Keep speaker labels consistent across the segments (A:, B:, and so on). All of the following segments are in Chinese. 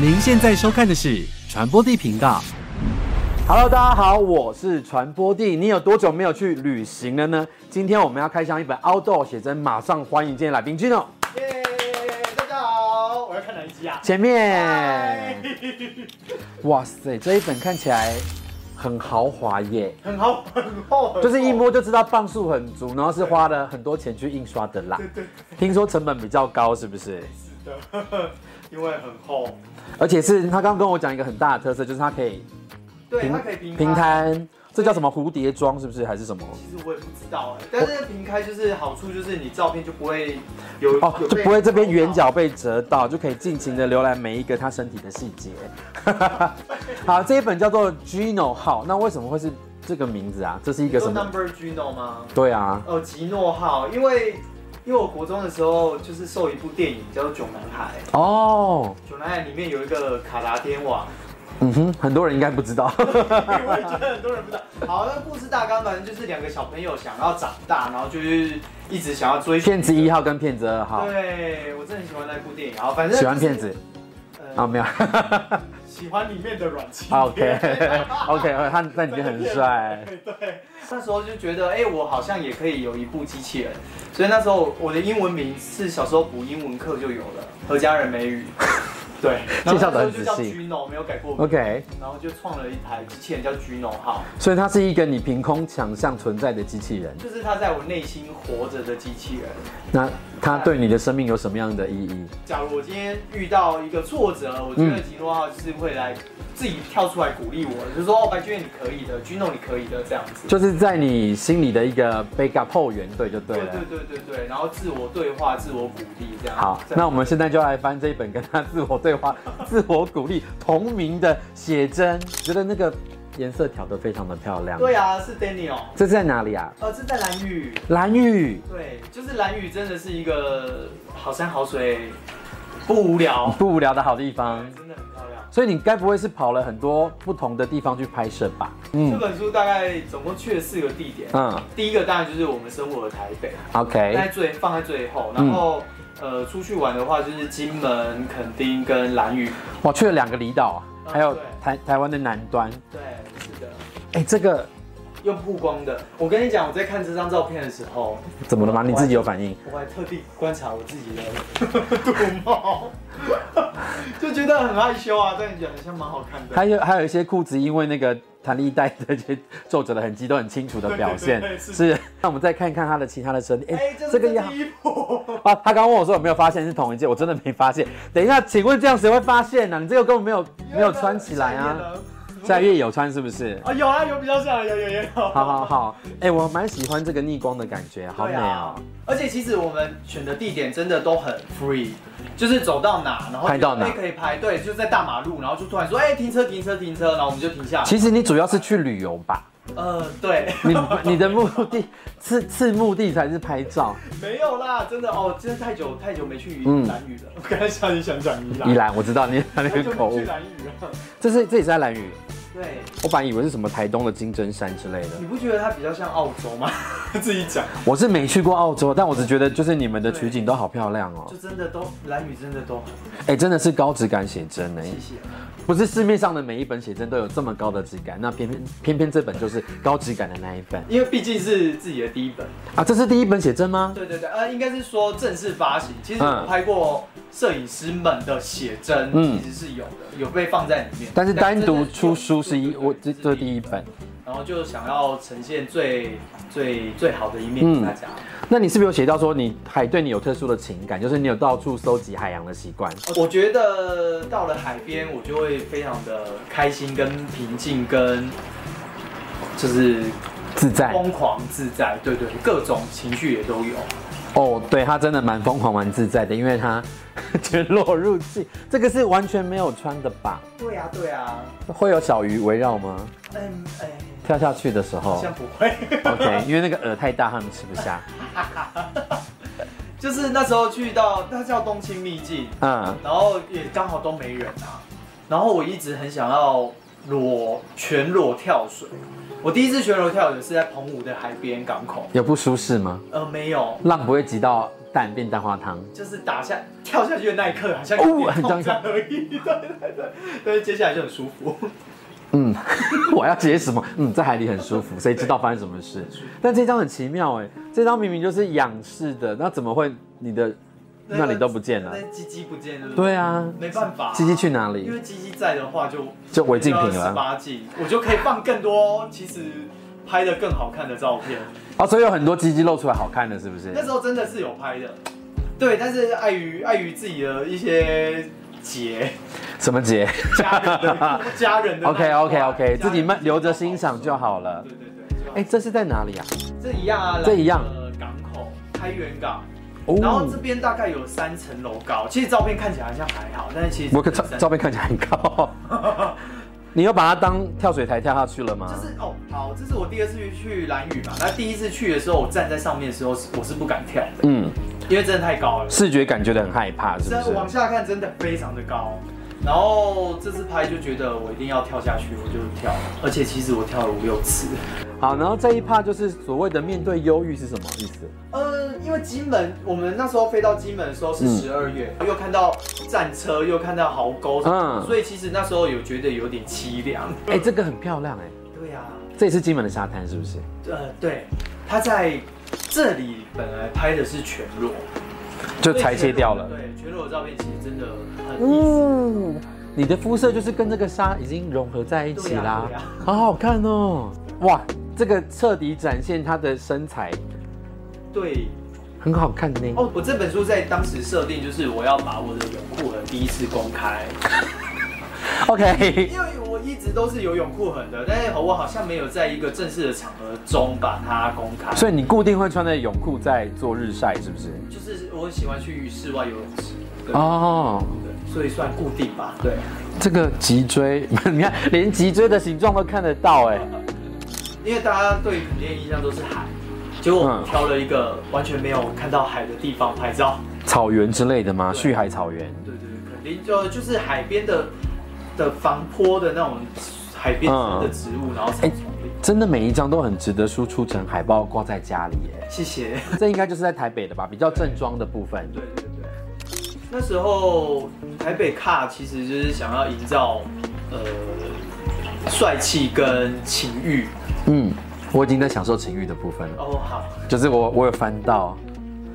A: 您现在收看的是传播地频道。
B: Hello，大家好，我是传播帝。你有多久没有去旅行了呢？今天我们要开箱一本 Outdoor 写真，马上欢迎今天来宾 Gino。
C: 耶，大家好，我要看哪一集啊？
B: 前面，
C: 哎
B: 哇塞，这一本看起来很豪华耶，
C: 很好，很厚，
B: 就是一摸就知道磅数很足，然后是花了很多钱去印刷的啦。
C: 对
B: 听说成本比较高，是不是？
C: 的，因为很厚，
B: 而且是他刚跟我讲一个很大的特色，就是它可以
C: 对，它可以平
B: 平
C: 开。
B: 摊，这叫什么蝴蝶装是不是？还是什么？
C: 其实我也不知道哎，但是平开就是好处就是你照片就不会有
B: 哦，
C: 有
B: 就
C: 被
B: 不会这边圆角被折到，就可以尽情的浏览每一个他身体的细节。 好，这一本叫做 Gino 号，那为什么会是这个名字啊？这是一个
C: 你说
B: 什么？
C: Number Gino 吗？
B: 对啊，
C: 哦，吉诺号，因为因为我国中的时候就是受一部电影叫做《囧男孩
B: 哦，》，
C: 《囧男孩》里面有一个卡达天王，
B: 嗯哼，很多人应该不知道。
C: 我也觉得很多人不知道。好，那故事大纲反正就是两个小朋友想要长大，然后就是一直想要追寻
B: 骗子一号跟骗子二号，
C: 对，我真的很喜欢那部电影。好，反正、
B: 喜欢骗，子啊？
C: 呃，
B: 没有
C: 喜欢里面的阮经天。
B: ，OK OK，他哦那你就很帅。
C: 对，那时候就觉得，哎、我好像也可以有一部机器人，所以那时候我的英文名是小时候补英文课就有了，何家人 美语。对，然后那时候就叫
B: 介绍得很仔细
C: Gino，没有改过名
B: OK，
C: 然后就创了一台机器人叫 Gino 号，
B: 所以它是一个你凭空想象存在的机器人。
C: 就是它在我内心活着的机器人。
B: 那它对你的生命有什么样的意义？
C: 假如我今天遇到一个挫折，我觉得
B: 嗯
C: 吉诺号就是会来自己跳出来鼓励我，就说哦，白君你可以的，Gino 你可以的这样子。
B: 就是在你心里的一个 backup 后援队就对
C: 对
B: 了。
C: 对对对对，然后自我对话、自我鼓励这样。
B: 好，
C: 这
B: 那
C: 样
B: 我们现在就来翻这一本跟他自我对话、 自我鼓励同名的写真，觉得那个颜色调得非常的漂亮。
C: 对，啊，是 Daniel，
B: 这是在哪里啊？
C: 呃，这在蓝屿。
B: 蓝屿
C: 对，就是蓝屿真的是一个好山好水，不无聊，
B: 不无聊的好地方，
C: 真的很漂亮。
B: 所以你该不会是跑了很多不同的地方去拍摄吧？
C: 这
B: 嗯
C: 本书大概总共去了四个地点，
B: 嗯
C: 第一个当然就是我们生活的台北。在
B: ，OK，
C: 最放在最后，
B: 嗯
C: 然后、呃出去玩的话就是金门、垦丁跟兰屿。
B: 我去了两个离岛，
C: 嗯
B: 还有
C: 对
B: 台台湾的南端。
C: 对，是的，
B: 哎，这个
C: 用曝光的。我跟你讲，我在看这张照片的时候，
B: 怎么了吗？你自己有反应？
C: 我还特地观察我自 己的肚毛，就觉得很害羞啊，但你觉得好像蛮好看的。
B: 还有哎还有一些裤子，因为那个弹力带的这些皱褶的痕迹都很清楚的表现。
C: 对对对是
B: 是， 那我们再看一看他的其他的身体。哎、
C: 哎、这
B: 这
C: 是
B: 个
C: 这
B: 也好
C: 件衣服，
B: 啊！他刚问我说有没有发现是同一件，我真的没发现。等一下，请问这样谁会发现呢、你这个根本没有没有穿起来啊！下一
C: 页
B: 页有穿是不是？
C: 啊，有啊，有比较像，有有有。好
B: 好好好，哎、我蛮喜欢这个逆光的感觉，好美
C: 对
B: 哦、
C: 啊！而且其实我们选的地点真的都很 free，就是走到哪，然后
B: 拍到哪
C: 哎可以拍，对，就在大马路，然后就突然说，哎、停车，停车，停车，然后我们就停下来。
B: 其实你主要是去旅游吧，
C: 呃，对，
B: 你你的目的次次目的才是拍 照。
C: 没有啦，真的哦，真的太久太久没去
B: 嗯
C: 蓝屿了。 我刚才想你想讲宜兰，
B: 依兰，我知道你那
C: 太
B: 个
C: 久
B: 口
C: 没
B: 误
C: 去，蓝屿了。
B: 这是这也是在兰屿，
C: 对，
B: 我本来以为是什么台东的金针山之类的。
C: 你不觉得它比较像澳洲 吗？自己讲，
B: 我是没去过澳洲，但我只觉得就是你们的取景都好漂亮哦
C: 就。真的都蓝屿真的都很
B: 哎、真的是高质感写真哎、
C: 谢谢。
B: 不是市面上的每一本写真都有这么高的质感，那偏偏偏偏这本就是高质感的那一份
C: 因为毕竟是自己的第一本，
B: 啊！这是第一本写真吗？
C: 对对对，呃，应该是说正式发行。其实我拍过摄影师们的写真，
B: 嗯
C: 其实是有的，有被放在里面。
B: 但是单独
C: 真的
B: 出书是一，我这这第一
C: 一，
B: 本。
C: 然后就想要呈现最最最好的一面给大家。
B: 那你是不是有写到说你海对你有特殊的情感，就是你有到处搜集海洋的习惯？
C: 我觉得到了海边，我就会非常的开心、跟平静、跟就是
B: 自在
C: 疯狂自在，对对，各种情绪也都有。
B: 哦，对他真的蛮疯狂蛮自在的，因为他 全裸入境，这个是完全没有穿的吧？
C: 对呀、对呀、啊，
B: 会有小鱼围绕吗？
C: 嗯哎，
B: 跳下去的时候
C: 好像不会。
B: OK，因为那个饵太大，他们吃不下。
C: 就是那时候去到那叫东青秘境，
B: 嗯，
C: 然后也刚好都没人啊，然后我一直很想要裸全裸跳水。我第一次全裸跳水是在澎湖的海边港口，
B: 有不舒适吗？
C: 呃，没有，
B: 浪不会挤到蛋变蛋花汤。
C: 就是打下跳下去的那一刻，好像
B: 哦
C: 有点
B: 很张
C: 痛感而已。对对对，但是接下来就很舒服。
B: 嗯， 我要解什么？嗯，在海里很舒服，谁知道发生什么事？但这张很奇妙哎、这张明明就是仰视的，那怎么会你的那里都不见了
C: 那？鸡鸡不见了。，
B: 对啊，
C: 没办法、
B: 鸡鸡去哪
C: 因
B: 里？
C: 为鸡鸡在的话就
B: 就违禁品
C: 十
B: 了。
C: 八禁，我就可以放更多其实拍的更好看的照片。
B: 哦，所以有很多鸡鸡露出来好看的，是不是
C: 那？时候真的是有拍的，对，但是碍于碍于自己的一些结，
B: 什么节
C: 家人的家人的那一块
B: ？OK OK
C: 家人
B: OK，
C: 的
B: 自己慢留着欣赏就好了
C: 对。对对，
B: 哎、
C: 哎、
B: 这是在哪里啊？
C: 这一样啊，
B: 这一样
C: 呃，港口开源港，
B: 哦
C: 然后这边大概有三层楼高，其实照片看起来好像还好，但是其实
B: 我看照
C: 本身
B: 照片看起来很高，你又把它当跳水台跳下去了吗？
C: 就是哦，好，这是我第二次去蓝屿嘛。那第一次去的时候，我站在上面的时候，是我是不敢跳的，
B: 嗯，
C: 因为真的太高了。
B: 视觉感觉得很害怕，是
C: 真的
B: 不
C: 往
B: 是？
C: 下看真的非常的高。然后这次拍就觉得我一定要跳下去，我就跳了，而且其实我跳了五六次。
B: 好，然后这一趴就是所谓的面对忧郁是什么意思？
C: 呃，因为金门，我们那时候飞到金门的时候是
B: 嗯
C: 十二月，又看到战车，又看到壕沟，
B: 嗯
C: 所以其实那时候有觉得有点凄凉。
B: 哎、这个很漂亮哎、
C: 对呀、
B: 这也是金门的沙滩是不是？
C: 呃，对，他在这里本来拍的是全裸，
B: 就裁切掉了。
C: 对，全裸的照片其实真的很意思。
B: 嗯，你的肤色就是跟这个沙已经融合在一起
C: 对啊
B: 啦
C: 对啊，
B: 好好看哦！哇，这个彻底展现她的身材，
C: 对，
B: 很好看呢。
C: 哦，我这本书在当时设定就是我要把我的泳裤痕第一次公开，
B: OK，
C: 因为我一直都是有泳裤痕的，但是我好像没有在一个正式的场合中把它公开。
B: 所以你固定会穿着泳裤在做日晒是不是？
C: 就是我喜欢去室外游泳池，对，
B: 哦，
C: 对所以算固定吧。对，
B: 这个脊椎， 你看连脊椎的形状都看得到哎。
C: 因为大家对缅甸印象都是海，结果我
B: 嗯
C: 们挑了一个完全没有看到海的地方拍照。
B: 草原之类的吗？
C: 对
B: 旭海草原。
C: 对对对，肯定就就是海边的的防坡的那种海边的植物，然后才
B: 嗯哎
C: 丛林。
B: 真的每一张都很值得输出成海报挂在家里耶，
C: 谢谢。
B: 这应该就是在台北的吧，比较正装的部分。
C: 对对对，那时候台北卡其实就是想要营造呃帅气跟情欲。
B: 嗯，我已经在享受情欲的部分了，
C: 哦，好，
B: 就是我我有翻到，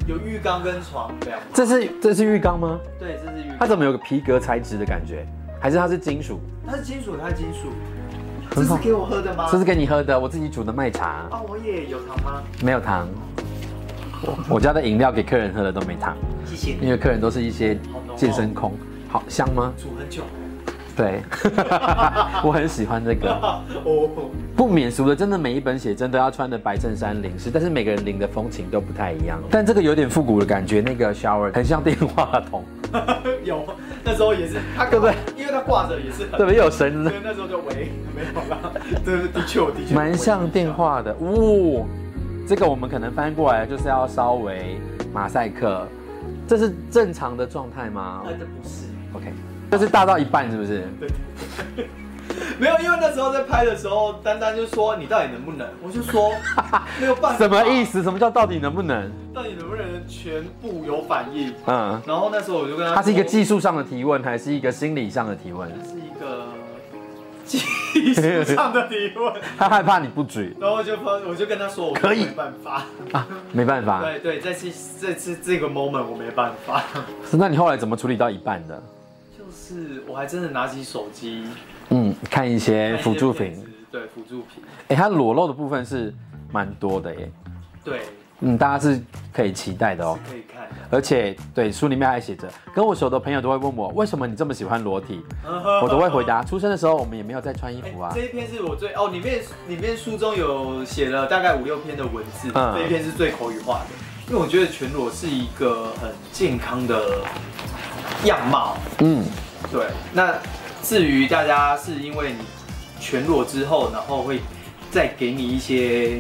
C: 有浴缸跟床这样。
B: 这是这是浴缸吗？
C: 对，这是浴
B: 它
C: 缸，
B: 怎么有个皮革材质的感觉？还是它是金属？
C: 它是金属，它是金属。这
B: 很
C: 是
B: 好
C: 给我喝的吗？
B: 这是给你喝的，我自己煮的麦茶，
C: 啊，我也有糖吗？
B: 没有糖。我我家的饮料给客人喝的都没糖，
C: 谢谢
B: 因
C: 你。
B: 为客人都是一些
C: 好浓哦
B: 健身控。好香吗？
C: 煮很久。
B: 对， 我很喜欢这个。
C: 哦，
B: 不免俗的，真的每一本写真都要穿的白衬衫领饰，但是每个人领的风情都不太一样。但这个有点复古的感觉，那个 shower 很像电话筒，
C: 有，那时候也是，它
B: 对不对？
C: 因为它挂着也是很
B: 对不，对？又有绳子
C: 所以，那时候就喂，没有啦。对，的确，我的确
B: 蛮像电。话的。呜、这个我们可能翻过来就是要稍微马赛克，这是正常的状态吗
C: 啊，这不是。
B: ？OK，这是大到一半是不是？
C: 没有，因为那时候在拍的时候，丹丹就说你到底能不能？我就 说没有办法，
B: 什么意？思？什么叫到底能不能？
C: 到底能不能全部有反应？
B: 嗯，
C: 然后那时候我就跟他说，
B: 它是一个技术上的提问，还是一个心理上的提问？
C: 是一个技术上的提问，
B: 他害怕你不举
C: 然后就分，我就跟他说我
B: 可以
C: 没办法，
B: 啊，没办法。
C: 对对，这次这次这个 moment 我没办法，
B: 那你后来怎么处理到一半的？
C: 就是我还真的拿起手机
B: 嗯，看一些
C: 看一些
B: 辅助
C: 片
B: 品
C: 子。，对辅助品，
B: 哎、它裸露的部分是蛮多的耶，
C: 对
B: 嗯，大家是可以期待的哦。
C: 是可以看的。
B: 而且对书里面还写着，跟我熟的朋友都会问我，为什么你这么喜欢裸体？我都会回答，出生的时候我们也没有在穿衣
C: 哎
B: 服啊
C: 这。一篇是我最哦，里面里面书中有写了大概五六篇的文字，
B: 嗯
C: 这一篇是最口语化的，因为我觉得全裸是一个很健康的样貌。
B: 嗯，
C: 对，那至于大家是因为你全裸之后，然后会再给你一些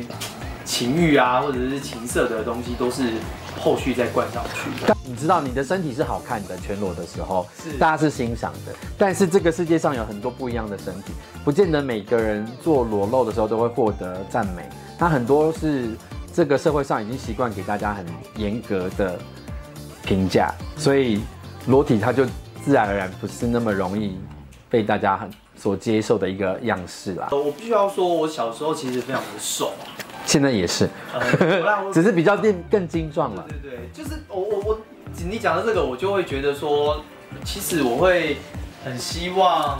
C: 情欲啊，或者是情色的东西，都是后续再灌上去的。
B: 但你知道你的身体是好看的，全裸的时候
C: 是，
B: 大家是欣赏的。但是这个世界上有很多不一样的身体，不见得每个人做裸露的时候都会获得赞美。那很多是这个社会上已经习惯给大家很严格的评价，所以裸体它就自然而然不是那么容易被大家很所接受的一个样式啦。
C: 呃我必须要说，我小时候其实非常的瘦，啊
B: 现在也是，
C: 呃我让我
B: 只是比较更更精壮了。
C: 对对，对，就是我我我，你讲到这个，我就会觉得说，其实我会很希望，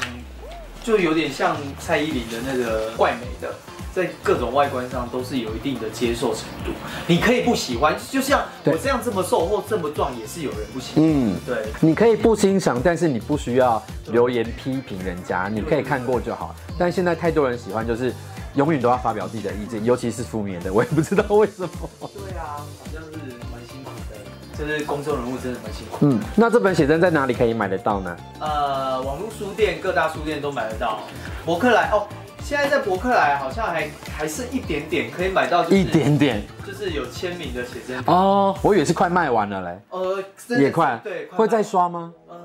C: 就有点像蔡依林的那个怪美的，在各种外观上都是有一定的接受程度。你可以不喜欢，就像我
B: 对
C: 这样这么瘦或这么壮，也是有人不喜欢。
B: 嗯，
C: 对，
B: 你可以不欣赏，但是你不需要留言批评人家，你可以看过就好。但现在太多人喜欢，就是永远都要发表自己的意见，尤其是负面的，我也不知道为什么。
C: 对啊，好像是蛮辛苦的，就是公众人物真的蛮辛苦。
B: 嗯，那这本写真在哪里可以买得到呢？
C: 呃，网络书店各大书店都买得到。博客来哦，现在在博客来好像还还是一点点可以买到、就是，
B: 一点哦点
C: 就是有签名的写真。
B: 哦，我以为是快卖完了嘞，
C: 呃，真的是
B: 也快，
C: 对，快
B: 哦会再
C: 卖
B: 刷吗？
C: 呃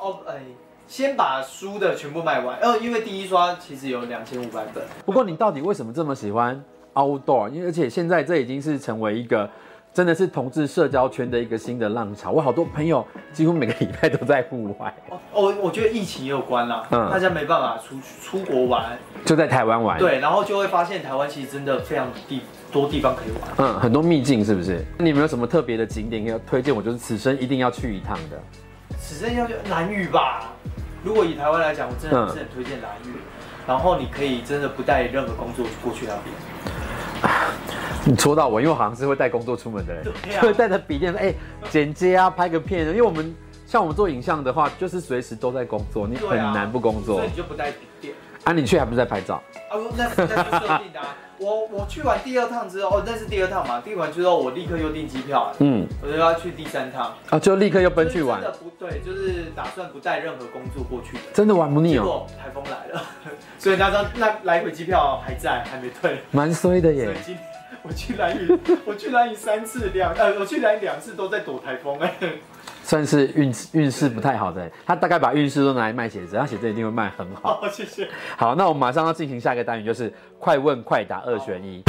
C: 哦哎，先把书的全部卖完。呃，因为第一刷其实有两千五百本。
B: 不过你到底为什么这么喜欢 outdoor？因为而且现在这已经是成为一个真的是同志社交圈的一个新的浪潮。我好多朋友几乎每个礼拜都在户外，
C: 哦哦，我觉得疫情也有关啦，
B: 嗯
C: 大家没办法出去出国玩，
B: 就在台湾玩。，
C: 对，然后就会发现台湾其实真的非常地多地方可以玩。
B: 嗯，很多秘境是不是？那你有没有什么特别的景点要推荐？我就是此生一定要去一趟的。
C: 只剩下就蓝屿吧。如果以台湾来讲，我真的
B: 嗯
C: 不是很推荐蓝屿。然后你可以真的不带任何工作过去那边。
B: 你戳到我，因为我好像是会带工作出门的人，
C: 对啊
B: 就会带着笔电，哎、剪接啊，拍个片。因为我们像我们做影像的话，就是随时都在工作，你
C: 对
B: 很
C: 啊
B: 难不工作
C: 所以。你就不带笔电。
B: 啊，你去还不是在拍照？
C: 啊，我那是那是设定的、啊。我我去完第二趟之后，哦，那是第二趟嘛，订完之后我立刻又订机票了，
B: 嗯，
C: 我就要去第三趟。
B: 啊，就立刻又奔去玩
C: 就是真。的不对，就是打算不带任何工作过去的。
B: 真的玩不腻
C: 结
B: 哦，
C: 果台风来了，所以那张那来回机票还在，还没退。
B: 蛮衰的
C: 所
B: 耶
C: 以。今我去蓝屿，我去蓝屿三次两呃，我去蓝屿两次都在躲台风哎、
B: 算是运气运势不太好的耶，他大概把运势都拿来卖鞋子，他鞋子一定会卖很好。
C: 好，谢谢。
B: 好，那我们马上要进行下一个单元，就是快问快答二选一。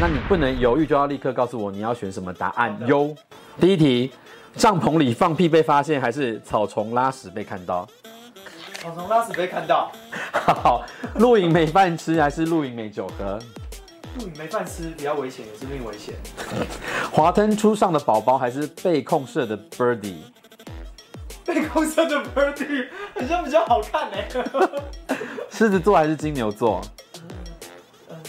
B: 那你不能犹豫，就要立刻告诉我你要选什么答案哟。第一题，帐篷里放屁被发现，还是草丛拉屎被看到？
C: 我哦从拉屎被看到，
B: 好，露营没饭吃，还是露营没酒喝？
C: 露嗯营没饭吃比较危险，也是命危险。
B: 华灯初上的宝宝，还是被控射的 Birdy？
C: 被公司的 Birdy 好像比较好看哎、
B: 狮子座还是金牛座？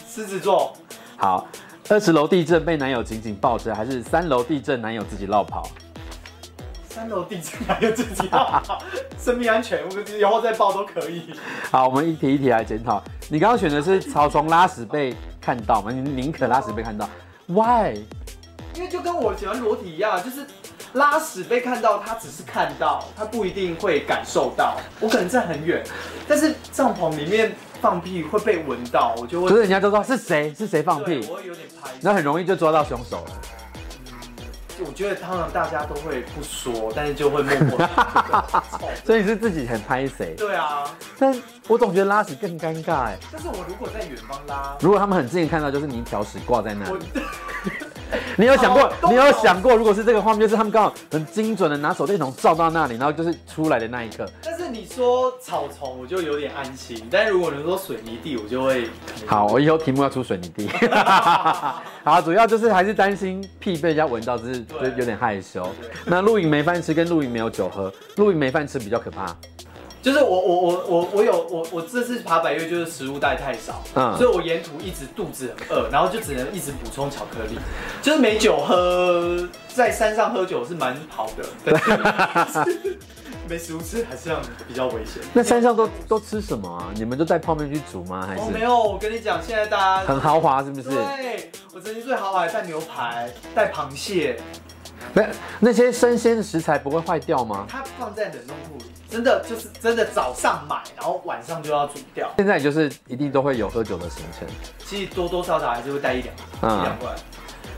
C: 狮子座，
B: 好，二十楼地震被男友紧紧抱着，还是三楼地震男友自己落跑？
C: 三楼地震还有自己要跑，生命安全，我们以后再报都可以。
B: 好，我们一题一题来检讨。你刚刚选的是草丛拉屎被看到吗？你宁可拉屎被看到？Why？
C: 因为就跟我喜欢裸体一样，就是拉屎被看到，他只是看到，他不一定会感受到。我可能站很远，但是帐篷里面放屁会被闻到，我就会
B: 就是人家都说是谁是谁放
C: 对
B: 屁，
C: 我会有点拍。
B: 那很容易就抓到凶手了。
C: 我觉得通常大家都会不说，但是就会默默 地臭。
B: 所以你是自己很拍谁？
C: 对啊，
B: 但我总觉得拉屎更尴尬哎。
C: 但是我如果在远方拉，
B: 如果他们很近看到，就是你一条屎挂在那
C: 我
B: 里。你有想过
C: 好，多
B: 你有想过，如果是这个画面，就是他们刚好很精准的拿手电筒照到那里，然后就是出来的那一刻。
C: 但是你说草丛，我就有点安心。但如果你说水泥地，我就会
B: 好，我以后题目要出水泥 地。好，主要就是还是担心屁被人家闻到，只是就
C: 对
B: 有点害羞
C: 对。
B: 那露营没饭吃跟露营没有酒喝，露营没饭吃比较可怕。
C: 就是我我我我我有我我这次爬百越就是食物带太少，
B: 嗯
C: 所以我沿途一直肚子很饿，然后就只能一直补充巧克力，就是没酒喝，在山上喝酒是蛮好的，但是没食物吃还是让你比较危险。
B: 那山上都都吃什么啊？你们就带泡面去煮吗？还
C: 哦，没
B: 是
C: 有，我跟你讲，现在大家
B: 很豪华是不是？
C: 对我曾经最豪华还带牛排，带螃蟹，
B: 那那些生鲜的食材不会坏掉吗？
C: 它放在冷冻库里，真的就是真的早上买，然后晚上就要煮掉。
B: 现在就是一定都会有喝酒的行程。
C: 其实多多少少还是会带一两、
B: 嗯
C: 一两罐，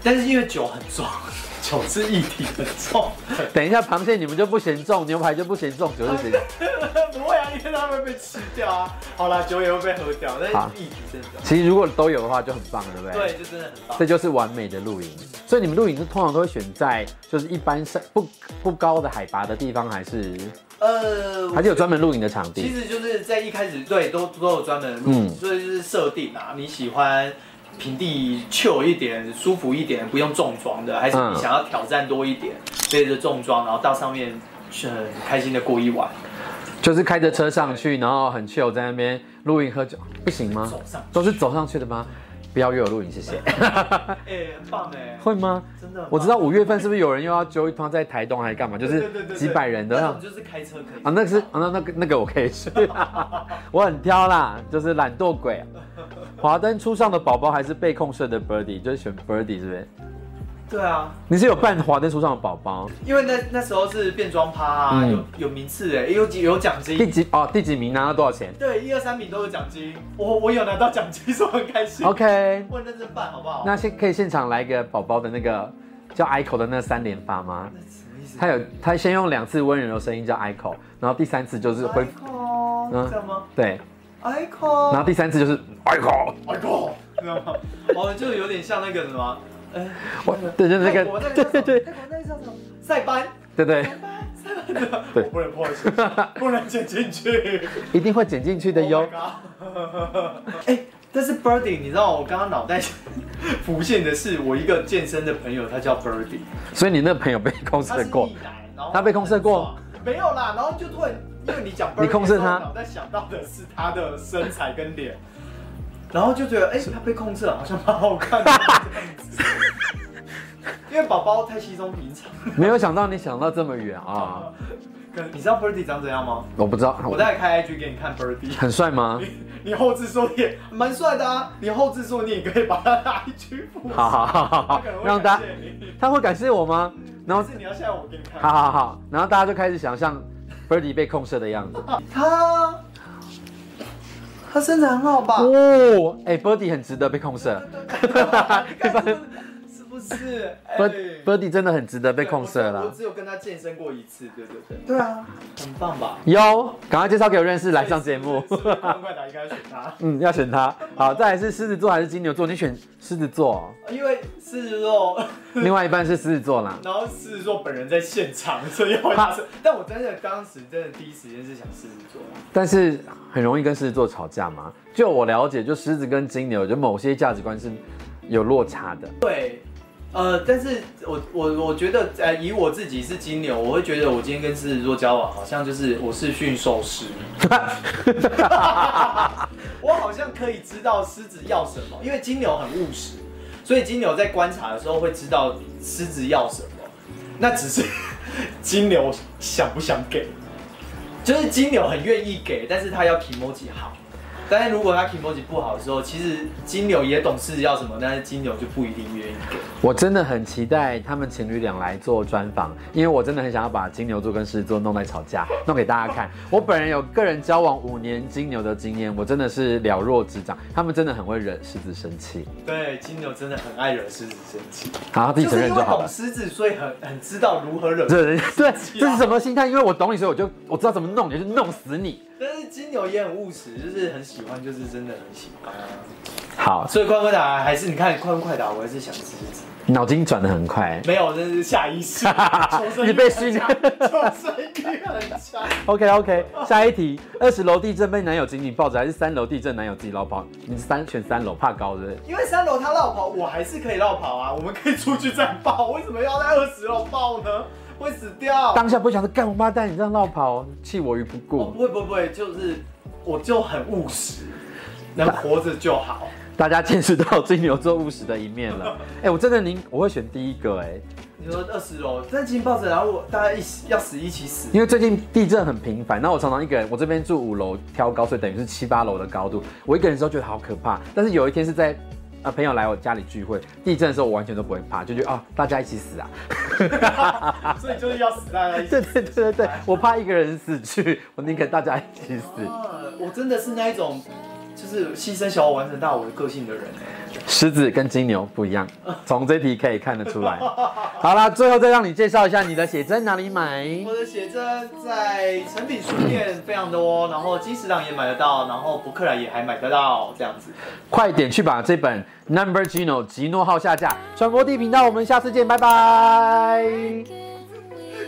C: 但是因为酒很重，酒是一体很重 的，
B: 等一下，螃蟹你们就不嫌重，牛排就不嫌重，酒是
C: 啊
B: 谁？
C: 不会啊，因为它会被吃掉啊。好啦，酒也会被喝掉，
B: 好
C: 但是一体真的重。
B: 其实如果都有的话就很棒，对不对？
C: 对，就真的很棒
B: 这。就是完美的露营。所以你们露营是通常都会选在就是一般山不不高的海拔的地方，还是
C: 呃，
B: 还是有专门露营的场
C: 其
B: 地？
C: 实就是在一开始对都都有专门的路，
B: 嗯
C: 所以就是设定啊，你喜欢平地 chill 一点、舒服一点，不用重装的，还是
B: 嗯
C: 你想要挑战多一点，背着重装，然后到上面去很开心的过一晚，
B: 就是开着车上去，然后很 chill 在那边露营喝酒，不行吗
C: 走？上去
B: 都是走上去的吗？不要约我露营，谢谢。
C: 哎、很棒哎、
B: 会吗？
C: 真的很棒，
B: 我知道五月份是不是有人又要揪一趟在台东还是干嘛？就
C: 对，对对
B: 是
C: 对对
B: 几百人的
C: 那种就是开车可以
B: 啊，那个是啊，那那个那个我可以去， 我很挑啦，就是懒惰鬼。华灯初上的宝宝还是被控社的 Birdy，就是选 Birdy 是不是？
C: 对啊，
B: 你是有扮华灯初上的宝宝
C: 因为那那时候是变装趴、啊，
B: 嗯
C: 有有名次哎、有有奖
B: 第
C: 金。
B: 几哦？第几名拿到多少钱
C: 对，一二三名都有奖金，我我有拿到奖金，所以我很开心。
B: ？OK，
C: 我很认真办好不好？
B: 那现可以现场来个宝宝的那个叫 Ico 的那三连发吗？
C: 那什么意思？
B: 他有他先用两次温柔的声音叫 Ico，然后第三次就是恢
C: i c o
B: 嗯
C: 这样吗
B: 对，然
C: ？icon
B: 后第三次就是 Ico，
C: icon，知道吗？哦，就有点像那个什么，哎，
B: 我对就是那
C: 泰
B: 个
C: 国那
B: 对
C: 个
B: 对
C: 叫
B: 对
C: 什么泰国那个叫什么？塞班，
B: 对对，
C: 塞班，
B: 对
C: 我不能破进去，不能剪进去
B: 一定会剪进去的哟
C: Oh。my god 哎，但是 Birdy，你知道我刚刚脑袋 浮现的是我一个健身的朋友，他叫 Birdy，
B: 所以你那个朋友被控
C: 他
B: 社
C: 是
B: 过
C: 逆。来，然后
B: 他被控制过
C: 没有啦，然后就突然因为你讲 Birdy，
B: 你控制他
C: 的时候脑袋想到的是他的身材跟脸，然后就觉得哎、他被控制了，好像蛮好 看的这样子。因为宝宝太稀松平常
B: 没有想到你想到这么远啊
C: 啊！。可能你知道 Birdy 长怎样吗？
B: 我不知道，
C: 我再开 IG 给你看 Birdy。
B: 很帅吗？
C: 你 你后置说也蛮帅的啊，你后置说你也可以把他的 IG 复制，
B: 好好好好
C: 他
B: 好
C: 可能，会
B: 让大
C: 感
B: 家
C: 谢你。
B: 他会感谢我吗？然
C: 但
B: 后
C: 是你要现在我给你看，
B: 好好好，然后大家就开始想象 Birdy 被控射的样子。
C: 他他身材很 好吧？
B: 哦，哎，Birdy 很值得被控射
C: 啊是不是？哎
B: ，Bird Birdy 真的很值得被控射
C: 我
B: 了。
C: 只有跟他健身过一次，对对对。对啊，很棒吧？
B: 哟，赶快介绍给我认识，来上节 目。
C: 快打应该选他，
B: 嗯，要选他。好，再来是狮子座还是金牛座？你选狮子座，
C: 因为狮子座，
B: 另外一半是狮子座啦。
C: 然后狮子座本人在现场，所以要他。但我真的当时真的第一时间是想狮子座，
B: 但是很容易跟狮子座吵架嘛。就我了解，就狮子跟金牛，就某些价值观是有落差的。
C: 对。呃，但是我我我觉得，呃，以我自己是金牛，我会觉得我今天跟狮子座交往，好像就是我是驯兽师，我好像可以知道狮子要什么，因为金牛很务实，所以金牛在观察的时候会知道狮子要什么。那只是 金牛想不想给，就是金牛很愿意给，但是他要 k i m o j i 好。但是如果他 k i m o j i 不好的时候，其实金牛也懂狮子要什么，但是金牛就不一定愿意给。
B: 我真的很期待他们情侣俩来做专访，因为我真的很想要把金牛座跟狮子座弄来吵架，弄给大家看。我本人有个人交往五年金牛的经验，我真的是了若指掌，他们真的很会惹狮子生气。
C: 对，金牛真的很爱惹狮子生气，
B: 好，自己
C: 就
B: 承
C: 是
B: 认
C: 因
B: 就
C: 为
B: 好
C: 懂
B: 了。
C: 狮子，所以很很知道如何惹。
B: 对对，这是什么心态？因为我懂你，所以我就我知道怎么弄你，就是弄死你。
C: 但是金牛也很务实，就是很喜欢，就是真的很喜欢啊、
B: 好，
C: 所以快快打还是你看快不快打，我还是想狮子。
B: 脑筋转得很快。
C: 没有，这是下 意识，求生欲
B: 你被熏
C: 很强求生欲很强。
B: OK OK，下一题，二十楼地震被男友紧紧抱着，还是三楼地震男友自己捞跑？你是三选三楼，怕高是不是？
C: 因为三楼他绕跑，啊我还是可以绕跑啊，我们可以出去再抱，为什么要在二十楼抱呢？会死掉。
B: 当下不会想说干王八蛋，你这样绕跑，弃我于不
C: 我
B: 顾。
C: 哦不会不会不会，就是我就很务实，能活着就好。
B: 大家见识到金牛座务实的一面了。哎、我真的您，我会选第一个哎、
C: 你说二十楼，但紧抱着，然后我大家一起要死一起死。
B: 因为最近地震很频繁，那我常常一个人，我这边住五楼挑高，所以等于是七八楼的高度，我一个人的时候觉得好可怕。但是有一天是在啊朋友来我家里聚会，地震的时候我完全都不会怕，就觉得啊、大家一起死啊。
C: 所以就是要死大家一起
B: 对
C: 死。
B: 对对对
C: 呃
B: 对，我怕一个人死去，我宁可大家一起死。
C: 啊我真的是那一种就是牺牲小我完成大我的个性的人哎、
B: 狮子跟金牛不一样，从这题可以看得出来。好啦，最后再让你介绍一下你的写真哪里买。
C: 我的写真在成品书店非常多，然后金石堂也买得到，然后博客来也还买得到，这样子。
B: 快点去把这本《Number Gino 吉诺号》下架。传播地频道，我们下次见，拜拜。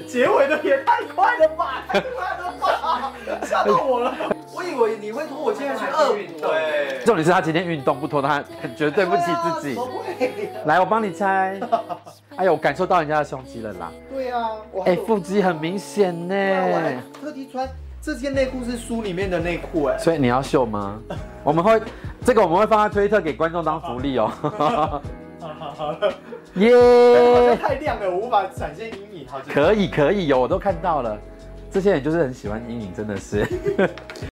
C: 结尾的也太快了吧，太快了吧，吓到我 了！我以为你会拖我现在去二运对，
B: 重点是他今天运动不拖他，绝对对不起自己
C: 对啊怎。么会
B: 来，我帮你猜。哎呦，我感受到人家的胸肌了啦。
C: 对啊，我还
B: 哎，
C: 有
B: 腹肌很明显
C: 我还
B: 呢。
C: 特地穿这件内裤是书里面的内裤哎，
B: 所以你要秀吗？我们会这个我们会放在推特给观众当福利哦。
C: 好了，
B: 耶、呃
C: 好像太亮了，我无法展现阴影，好，就
B: 可以可以有，我都看到了。这些人就是很喜欢阴影，真的是。